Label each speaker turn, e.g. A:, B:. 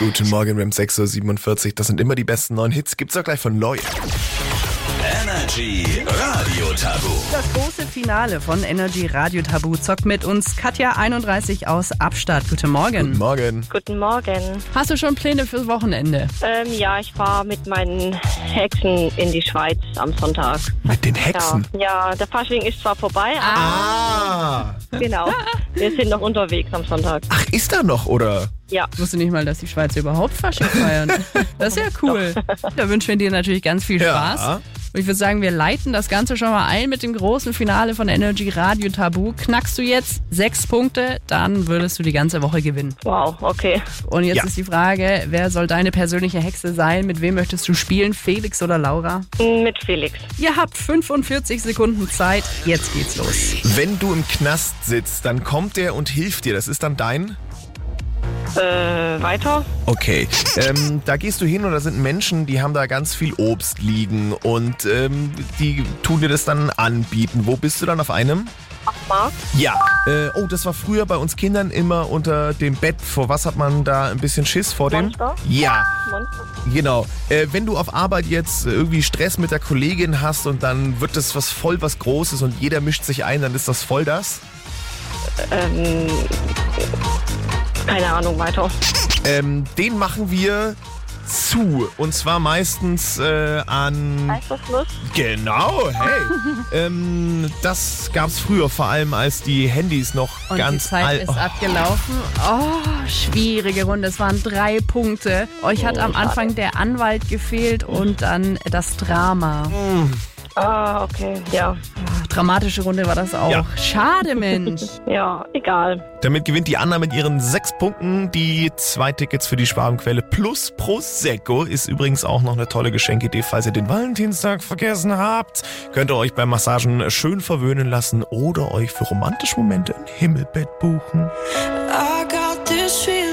A: Guten Morgen, Rem 6.47 Uhr. Das sind immer die besten neuen Hits. Gibt's auch gleich von Loy.
B: Energy Radio Tabu.
C: Das große Finale von Energy Radio Tabu zockt mit uns Katja 31 aus Abstadt. Guten Morgen.
A: Guten Morgen.
D: Guten Morgen.
C: Hast du schon Pläne fürs Wochenende?
D: Ähm, ja, ich fahre mit meinen Hexen in die Schweiz am Sonntag.
A: Mit den
D: Ja,
A: Hexen.
D: ja der Fasching ist zwar vorbei,
A: Ah.
D: aber genau. Wir sind noch unterwegs am Sonntag.
A: Ach, ist da noch, oder?
D: Ja,
C: Ich wusste nicht mal, dass die Schweizer überhaupt Fasching feiern. Das ist ja cool. Da wünschen wir dir natürlich ganz viel
A: Ja.
C: Spaß. Und ich würde sagen, wir leiten das Ganze schon mal ein mit dem großen Finale von Energy Radio Tabu. Knackst du jetzt sechs Punkte, dann würdest du die ganze Woche gewinnen.
D: wow, okay.
C: Und jetzt
A: Ja.
C: ist die Frage, wer soll deine persönliche Hexe sein? Mit wem möchtest du spielen? Felix oder Laura?
D: Mit Felix.
C: Ihr habt 45 Sekunden Zeit. Jetzt geht's los.
A: Wenn du im Knast sitzt, dann kommt der und hilft dir. Das ist dann dein?
D: Äh, weiter?
A: Okay. Ähm, da gehst du hin und da sind Menschen, die haben da ganz viel Obst liegen und ähm, die tun dir das dann anbieten. Wo bist du dann auf einem?
D: Marc?
A: Ja. Äh, oh, das war früher bei uns Kindern immer unter dem Bett. Vor was hat man da ein bisschen Schiss? Vor dem?
D: Monster?
A: Ja,
D: Monster?
A: genau. Äh, wenn du auf Arbeit jetzt irgendwie Stress mit der Kollegin hast und dann wird das was voll was Großes und jeder mischt sich ein, dann ist das voll das.
D: Ähm, keine Ahnung, weiter.
A: Ähm, den machen wir zu. Und zwar meistens äh, an...
D: Reißverschluss?
A: Genau, hey. ähm, das gab's früher, vor allem als die Handys noch
C: Und
A: ganz
C: die Zeit
A: alt.
C: ist
A: Oh,
C: abgelaufen. Oh, schwierige Runde. Es waren drei Punkte. Euch
A: Oh,
C: hat am Anfang der Anwalt gefehlt und dann das Drama.
D: Ah, okay. Ja,
C: Ach, dramatische Runde war das auch.
A: Ja.
C: Schade, Mensch.
D: ja, egal.
A: Damit gewinnt die Anna mit ihren sechs Punkten die zwei Tickets für die Schwabenquelle plus Prosecco. Ist übrigens auch noch eine tolle Geschenkidee, falls ihr den Valentinstag vergessen habt. Könnt ihr euch bei Massagen schön verwöhnen lassen oder euch für romantische Momente ein Himmelbett buchen.
E: I got this feeling